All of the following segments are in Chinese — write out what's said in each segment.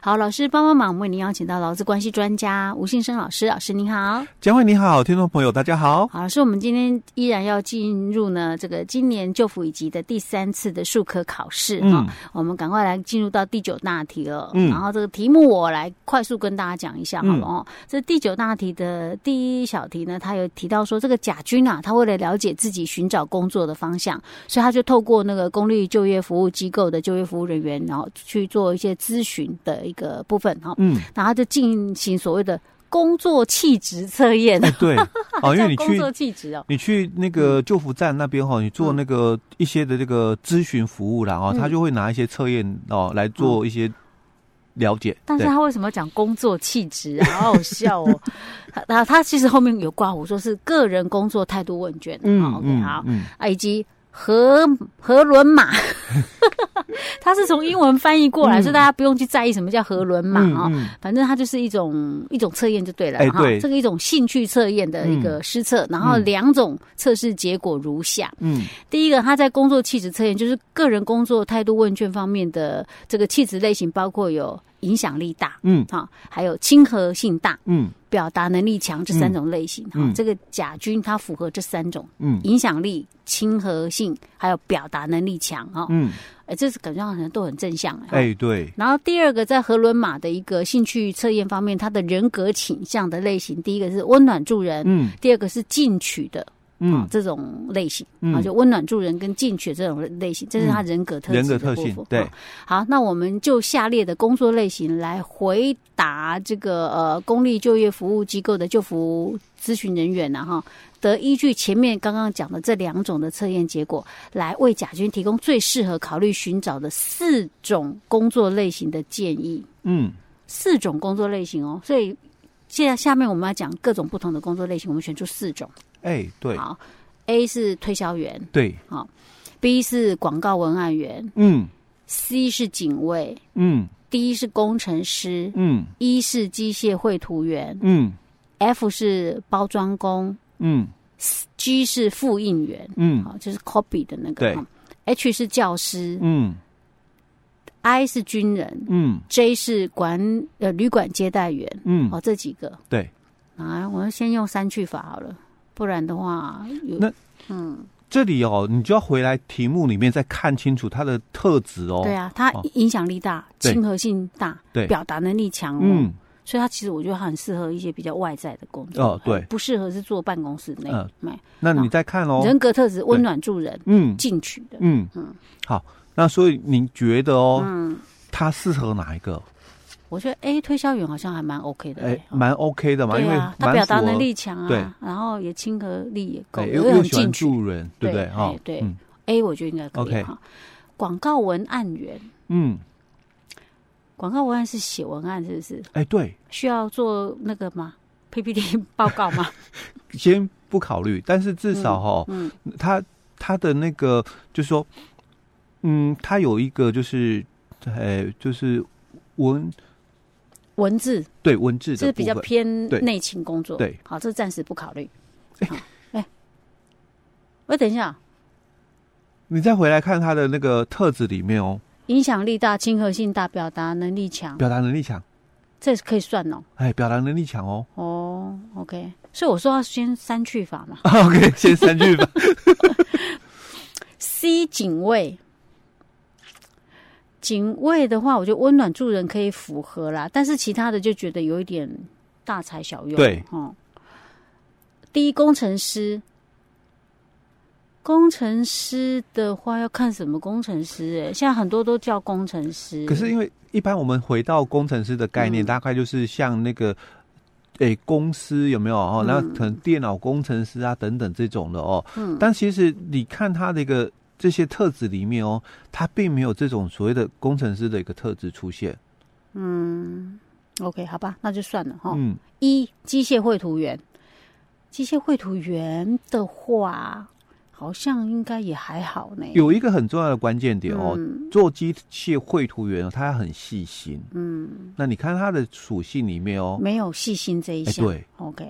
好，老师帮帮忙，我们为您邀请到劳资关系专家吴信生老师，老师您好。佳慧你好，听众朋友大家好。好，老师，我们今天依然要进入呢这个今年旧辅以及的第三次的数科考试哈、嗯我们赶快来进入到第九大题了。嗯然后这个题目我来快速跟大家讲一下好嗯了哦。这第九大题的第一小题呢，他有提到说，这个甲军啊，他为了了解自己寻找工作的方向，所以他就透过那个公立就业服务机构的就业服务人员，然后去做一些咨询的一个部分哦哈、嗯，然后他就进行所谓的工作气质测验，哎 对，哦，因叫为你工去作气质哦。你去那个救服站那边哈、你做那个一些的这个咨询服务啦哦，嗯他就会拿一些测验哦来做一些了解。嗯但是对他为什么讲工作气质啊？好好笑哦！ 他他他其实后面有挂我说是个人工作态度问卷，啊嗯好，OK，嗯好，嗯，啊，以及河河轮马， 它是从英文翻译过来，嗯所以大家不用去在意什么叫河轮马哦。嗯反正它就是一种一种测验就对了哎哈，对这个一种兴趣测验的一个施测，然后两种测试结果如下：嗯嗯第一个，他在工作气质测验，就是个人工作态度问卷方面的这个气质类型，包括有影响力大，嗯哈，还有亲和性大、嗯表达能力强这三种类型，哈嗯，这个甲军它符合这三种嗯影响力、亲和性，还有表达能力强哦。嗯，哎、这是感觉上好像都很正向哎。哎对，然后第二个，在河伦马的一个兴趣测验方面，他的人格倾向的类型，第一个是温暖助人，嗯第二个是进取的啊、嗯这种类型、啊，嗯，就温暖助人跟进取这种类型，这是他人格特质人格的特部性分对啊好，那我们就下列的工作类型来回答这个呃公立就业服务机构的就服咨询人员呢、哈，得依据前面刚刚讲的这两种的测验结果，来为甲军提供最适合考虑寻找的四种工作类型的建议，嗯四种工作类型哦，所以。现在下面我们要讲各种不同的工作类型，我们选出四种。哎对好，A 是推销员对， ，B 是广告文案员嗯，C 是警卫嗯，D 是工程师，嗯 E 是机械绘图员嗯，F 是包装工嗯，G 是复印员，嗯好、就是 copy 的那个对。哈 H 是教师、嗯 i 是军人嗯，J 是管呃旅馆接待员，嗯哦，这几个对。啊，我要先用删去法好了，不然的话有那嗯，这里哦，你就要回来题目里面再看清楚它的特质哦。对啊，他哦影响力大，对亲和性大，对表达能力强、哦，嗯，所以他其实我觉得他很适合一些比较外在的工作，哦对不适合是做办公室内，嗯哎那你再看哦。人格特质温暖助人，嗯进取的，嗯嗯好，那所以你觉得哦，嗯，它适合哪一个？我觉得哎，推销员好像还蛮 OK 的，哎，哦蛮 OK 的嘛，因对为啊，他蛮表达符合能力强啊，对，然后也亲和力也够，哎，又又很又喜欢进取助人，对不对对？哈哎，对嗯，A 我觉得应该可以 OK 哈。广告文案员，嗯，广告文案是写文案是不是？哎，对，需要做那个吗？PPT 报告 吗？先不考虑，但是至少哈，嗯他他的那个就是说，嗯，他有一个就是，呃，就是文文字对文字这的比较部分偏对内勤工作。对，好，这暂时不考虑。好，哎，我等一下，你再回来看他的那个特质里面哦，影响力大、亲和性大、表达能力强，表达能力强，这可以算哦。哎，表达能力 强哦。哦，OK，所以我说要先删去法嘛。 OK，先删去吧。 C 警卫，警卫的话，我觉得温暖助人可以符合啦，但是其他的就觉得有一点大材小用。对，哦。第一，工程师，工程师的话要看什么工程师、欸？现在很多都叫工程师，可是因为一般我们回到工程师的概念，嗯大概就是像那个，诶、公司有没有哦？那嗯可能电脑工程师啊等等这种的哦。嗯但其实你看他的一个这些特质里面哦，他并没有这种所谓的工程师的一个特质出现。嗯，OK，好吧，那就算了哈。嗯，一机械绘图员，机械绘图员的话，好像应该也还好呢。有一个很重要的关键点哦，嗯做机械绘图员哦，他很细心。嗯，那你看他的属性里面哦，没有细心这一哎、项。对， ，OK，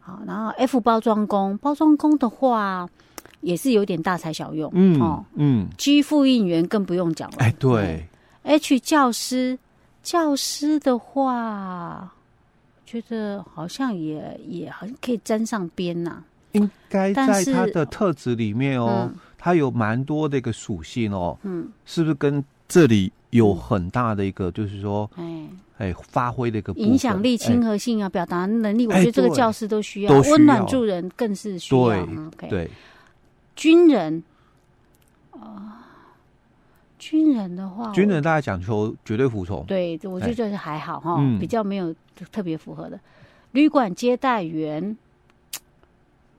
好，然后 F 包装工，包装工的话也是有点大材小用。嗯、哎哦嗯， G 复印员更不用讲了。哎、对， ，H 教师教师的话，觉得好像也也好像可以沾上边呐、应该但在是它的特质里面哦，它有蛮多的一个属性哦，嗯，是不是跟这里有很大的一个，就是说，哎，哎，发挥的一个部分影响力、亲哎和性啊，表达能力，我哎觉得这个对教师都需要，都需要温暖助人更是需要。对嗯，OK 哎对，军人啊、军人的话，军人大家讲求绝对服从我，对我就觉得还好哈、哎嗯比较没有特别符合的。旅馆接待员，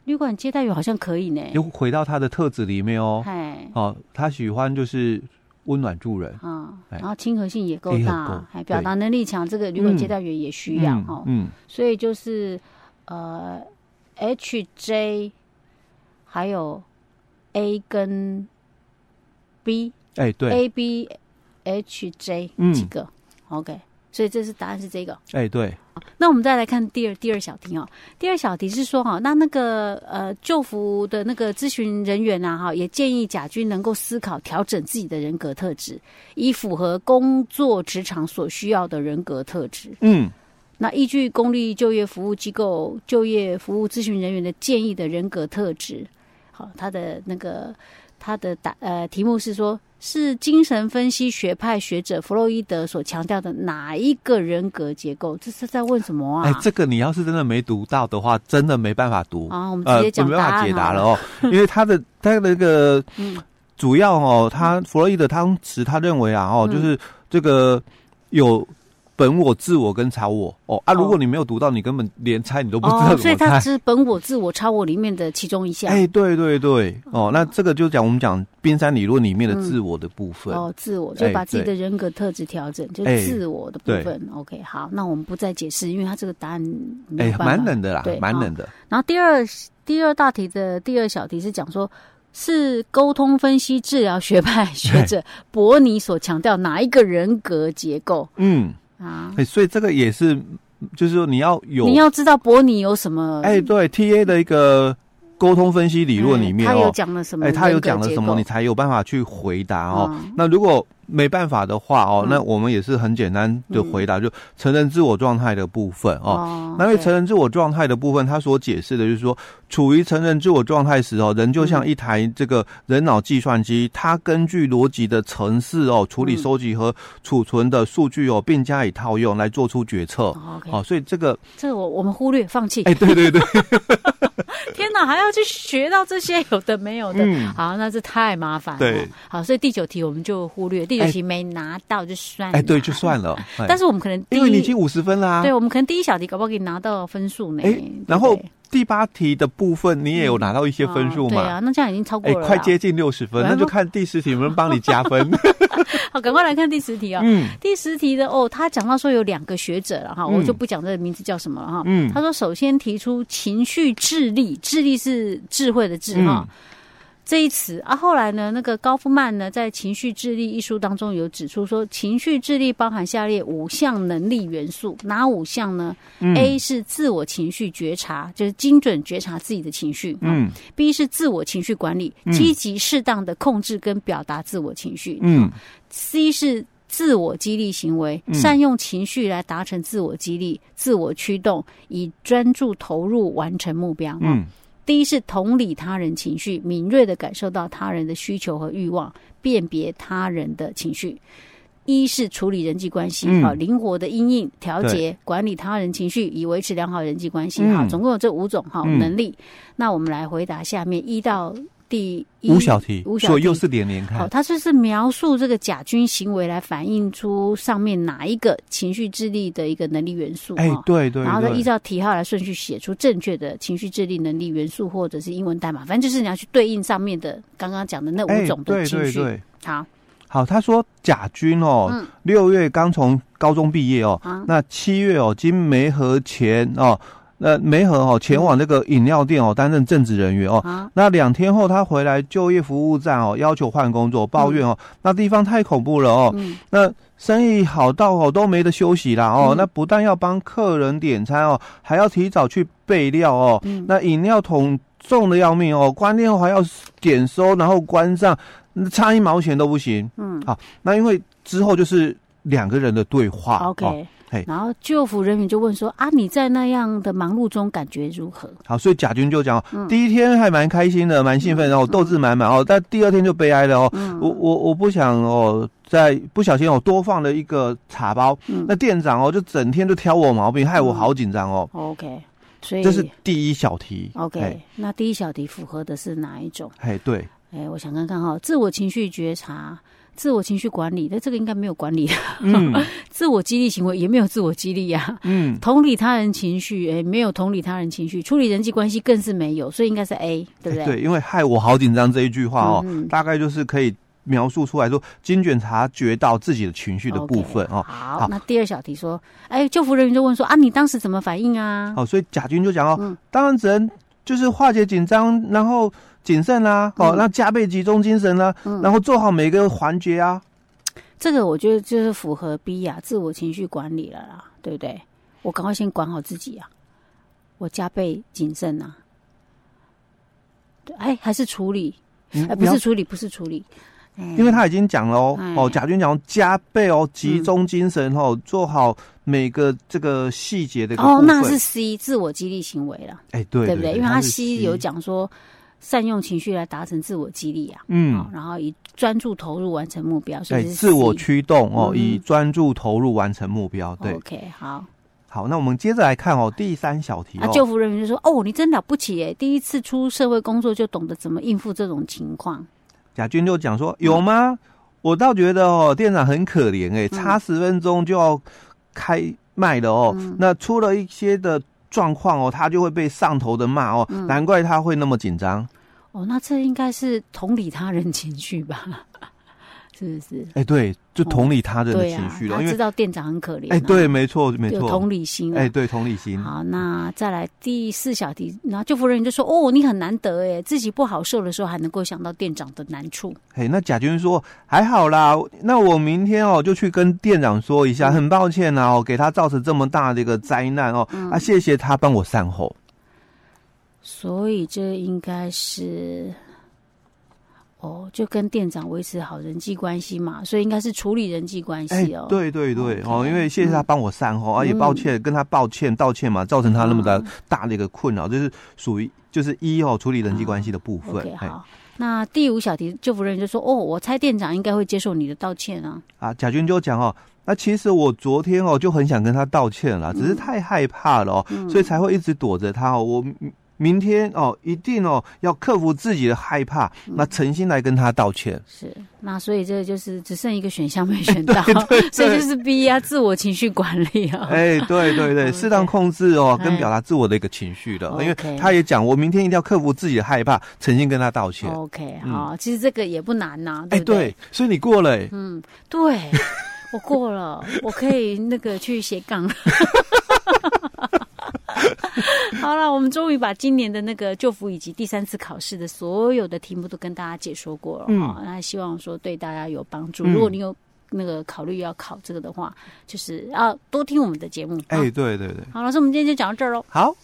旅馆接待员好像可以呢。又回到他的特质里面哦，哎，哦，他喜欢就是温暖助人，啊，哎然后亲和性也够也很大够，还表达能力强，这个旅馆接待员也需要哦嗯哈、嗯，所以就是呃，H J 还有 A 跟 B 哎，对， A B H J 嗯几个、o k 所以这是答案是这个。哎，对，那我们再来看第二第二小题哦。第二小题是说哈、那那个呃救服的那个咨询人员啊哈，也建议甲军能够思考调整自己的人格特质，以符合工作职场所需要的人格特质。嗯，那依据公立就业服务机构就业服务咨询人员的建议的人格特质，好，他的那个他的答呃题目是说，是精神分析学派学者弗洛伊德所强调的哪一个人格结构？这是在问什么啊？哎，这个你要是真的没读到的话，真的没办法读，啊，我们直接我讲没答办法案解好答 了哦，因为他的他的那个 嗯主要哦，他弗洛伊德当时他认为啊哦，嗯就是这个有本我、自我跟超我哦啊，哦如果你没有读到，你根本连猜你都不知道哦，所以怎么它猜。是本我、自我、超我里面的其中一项。哎，对对对，哦，那这个就讲我们讲冰山理论里面的嗯自我的部分，哦，自我就哎把自己的对人格特质调整，就哎自我的部对分。OK，好，那我们不再解释，因为它这个答案没哎有，办蛮法冷的啦对，蛮哦冷的，然后第二第二大题的第二小题是讲说，是沟通分析治疗学派学 者伯尼所强调哪一个人格结构嗯，啊？哎，所以这个也是，就是说你要有你要知道伯尼有什么？哎，对，T A 的一个沟通分析理论里面嗯他有哦，讲了什么哎，人格结构？他有讲了什么，你才有办法去回答哦。嗯那如果没办法的话哦嗯，那我们也是很简单的回答，就承认自我状态的部分哦。哦那因为对成人自我状态的部分，他所解释的就是说，处于成人自我状态时哦，人就嗯像一台这个人脑计算机，它根据逻辑的程式哦，处理嗯收集和储存的数据哦，并加以套用来做出决策。哦，OK，哦，所以 这个，这我我们忽略放弃。哎，对对对，天哪，还要去学到这些有的没有的。嗯，好，那这太麻烦了。对好，所以第九题我们就忽略，第九题没拿到就算了。哎，对，就算 了。哎但是我们可能第一因为你已经五十分啦、对，我们可能第一小题搞不好可以拿到分数呢。哎对不啊然后对第八题的部分你也有拿到一些分数哦对啊，嘛？那这样已经超过哎、了啦。快接近六十分，然后那就看第十题能不能帮你加分。 好，赶快来看第十题啊、嗯第十题的哦，他讲到说有两个学者了哈，嗯我就不讲这个名字叫什么了哈。嗯他说首先提出情绪智力，智力是智慧的智哈、嗯，这一词啊。后来呢，那个高夫曼呢在《情绪智力》一书当中有指出说，情绪智力包含下列五项能力元素，哪五项呢、嗯 a 是自我情绪觉察，就是精准觉察自己的情绪。嗯。嗯 B 是自我情绪管理，嗯积极适当的控制跟表达自我情绪。嗯 C 是自我激励行为，嗯善用情绪来达成自我激励、自我驱动，以专注投入完成目标。嗯 D 是同理他人情绪，敏锐的感受到他人的需求和欲望，辨别他人的情绪。一是处理人际关系，嗯好、灵活的因应、调节、管理他人情绪，以维持良好人际关系。嗯好，总共有这五种哈、嗯能力。那我们来回答下面一到第一五小题五，小所以题又是连连好，看。它就是描述这个甲菌行为来反映出上面哪一个情绪智力的一个能力元素哎、哈对对然后再依对，照题号来顺序写出正确的情绪智力能力元素或者是英文代码，反正就是你要去对应上面的刚刚讲的那五种的哎对情对绪。对。好，好，他说甲军哦嗯，六、月刚从高中毕业哦，啊那七月哦，经梅和前哦，那梅和哦前往那个饮料店哦担任正职人员哦，嗯啊，那两天后，他回来就业服务站哦，要求换工作，抱怨哦，那地方太恐怖了哦，嗯那生意好到哦都没得休息啦哦，嗯那不但要帮客人点餐哦，还要提早去备料哦，嗯，那饮料桶重的要命哦，关店后还要点收，然后关上，嗯差一毛钱都不行。嗯好，那因为之后就是两个人的对话。 OK，、哦嘿然后救辅人员就问说啊，你在那样的忙碌中感觉如何？好，所以贾军就讲，哦嗯第一天还蛮开心的，蛮兴奋的哦，斗志满满哦，但第二天就悲哀了哦。嗯我我我不想哦，在不小心哦多放了一个茶包，嗯那店长哦就整天就挑我毛病，害我好紧张哦。 OK，所以这是哎第一小题。 OK，嘿那第一小题符合的是哪一种？嘿，对，哎，我想看看哈，自我情绪觉察、自我情绪管理，那这个应该没有管理， 嗯自我激励行为也没有自我激励呀、嗯，同理他人情绪，哎，没有同理他人情绪，处理人际关系更是没有，所以应该是 A，对不对？哎对，因为害我好紧张这一句话哦，嗯大概就是可以描述出来说，金卷察觉到自己的情绪的部分 OK，哦。好，好那第二小题说，哎，救扶人员就问说啊，你当时怎么反应啊？好、所以贾军就讲哦，嗯当然只能就是化解紧张，然后谨慎啦、哦，嗯那加倍集中精神啦、然后做好每个环节啊。这个我觉得就是符合 B 呀、自我情绪管理了啦，对不对？我赶快先管好自己啊，我加倍谨慎啊。对，哎，还是处理，嗯哎，不你要是处理，不是处理，因为他已经讲了哦，哎嗯哦，贾军讲加倍哦，集中精神哦，做好每个这个细节的一个哦部，分。那是 C 自我激励行为了，哎，对不对，因为他他是 C 有，讲说善用情绪来达成自我激励啊，嗯哦，然后以专注投入完成目标，所哎，以是自我 C 驱动嗯哦，哦以专注投入完成目标。对， OK 好，好，那我们接着来看哦，第三小题啊，哦，救扶人员就说：“哦，你真了不起耶！第一次出社会工作就懂得怎么应付这种情况。贾军就讲嗯说有吗？我倒觉得哦，店长很可怜哎、嗯差十分钟就要开卖了哦，嗯那出了一些的。状况哦，他就会被上头的骂哦，嗯难怪他会那么紧张。”哦，那这应该是同理他人情绪吧？是不是？哎、对，就同理他人的对情啊绪，了，他因知为道店长很可怜、啊。哎、对，没错，没有错同，理心、啊。哎、对，同理心，好，那再来第四小题，然后救扶人员就说：“哦，你很难得哎，自己不好受的时候还能够想到店长的难处。嘿，那贾军说还好啦，那我明天哦就去跟店长说一嗯下，很抱歉啦、哦，给他造成这么大的一个灾难哦，嗯啊，谢谢他帮我善后。”所以这应该是，哦，就跟店长维持好人际关系嘛，所以应该是处理人际关哎系哦。，对对对，哦， OK，嗯因为谢谢他帮我善后啊，也抱歉跟他抱歉道歉嘛，造成他那么哦大大的一个困扰，这是属于就是一哦处理人际关系的部分哦 OK，，哎好。那第五小题，救服人员就说：“哦，我猜店长应该会接受你的道歉啊。啊，贾军就讲哦，那其实我昨天哦就很想跟他道歉了，嗯只是太害怕了哦，所以才会一直躲着他哦，我。明天哦，一定哦，要克服自己的害怕，嗯那诚心来跟他道歉。”是，那所以这个就是只剩一个选项没选 到，所以就是 B 啊，自我情绪管理 啊。哎，对对对，适当控制哦，跟表达自我的一个情绪的，哎因为 OK 他也讲，我明天一定要克服自己的害怕，诚心跟他道歉。 OK，嗯好，其实这个也不难呐、哎，不哦对？对，所以你过了，哎嗯，对， 我过了，我可以那个去斜杠了。 好了，我们终于把今年的那个旧辅以及第三次考试的所有的题目都跟大家解说过了。嗯哦，那希望说对大家有帮助。嗯如果你有那个考虑要考这个的话，就是要多听我们的节目。啊哎，对对对，好，老师，我们今天就讲到这儿喽。好，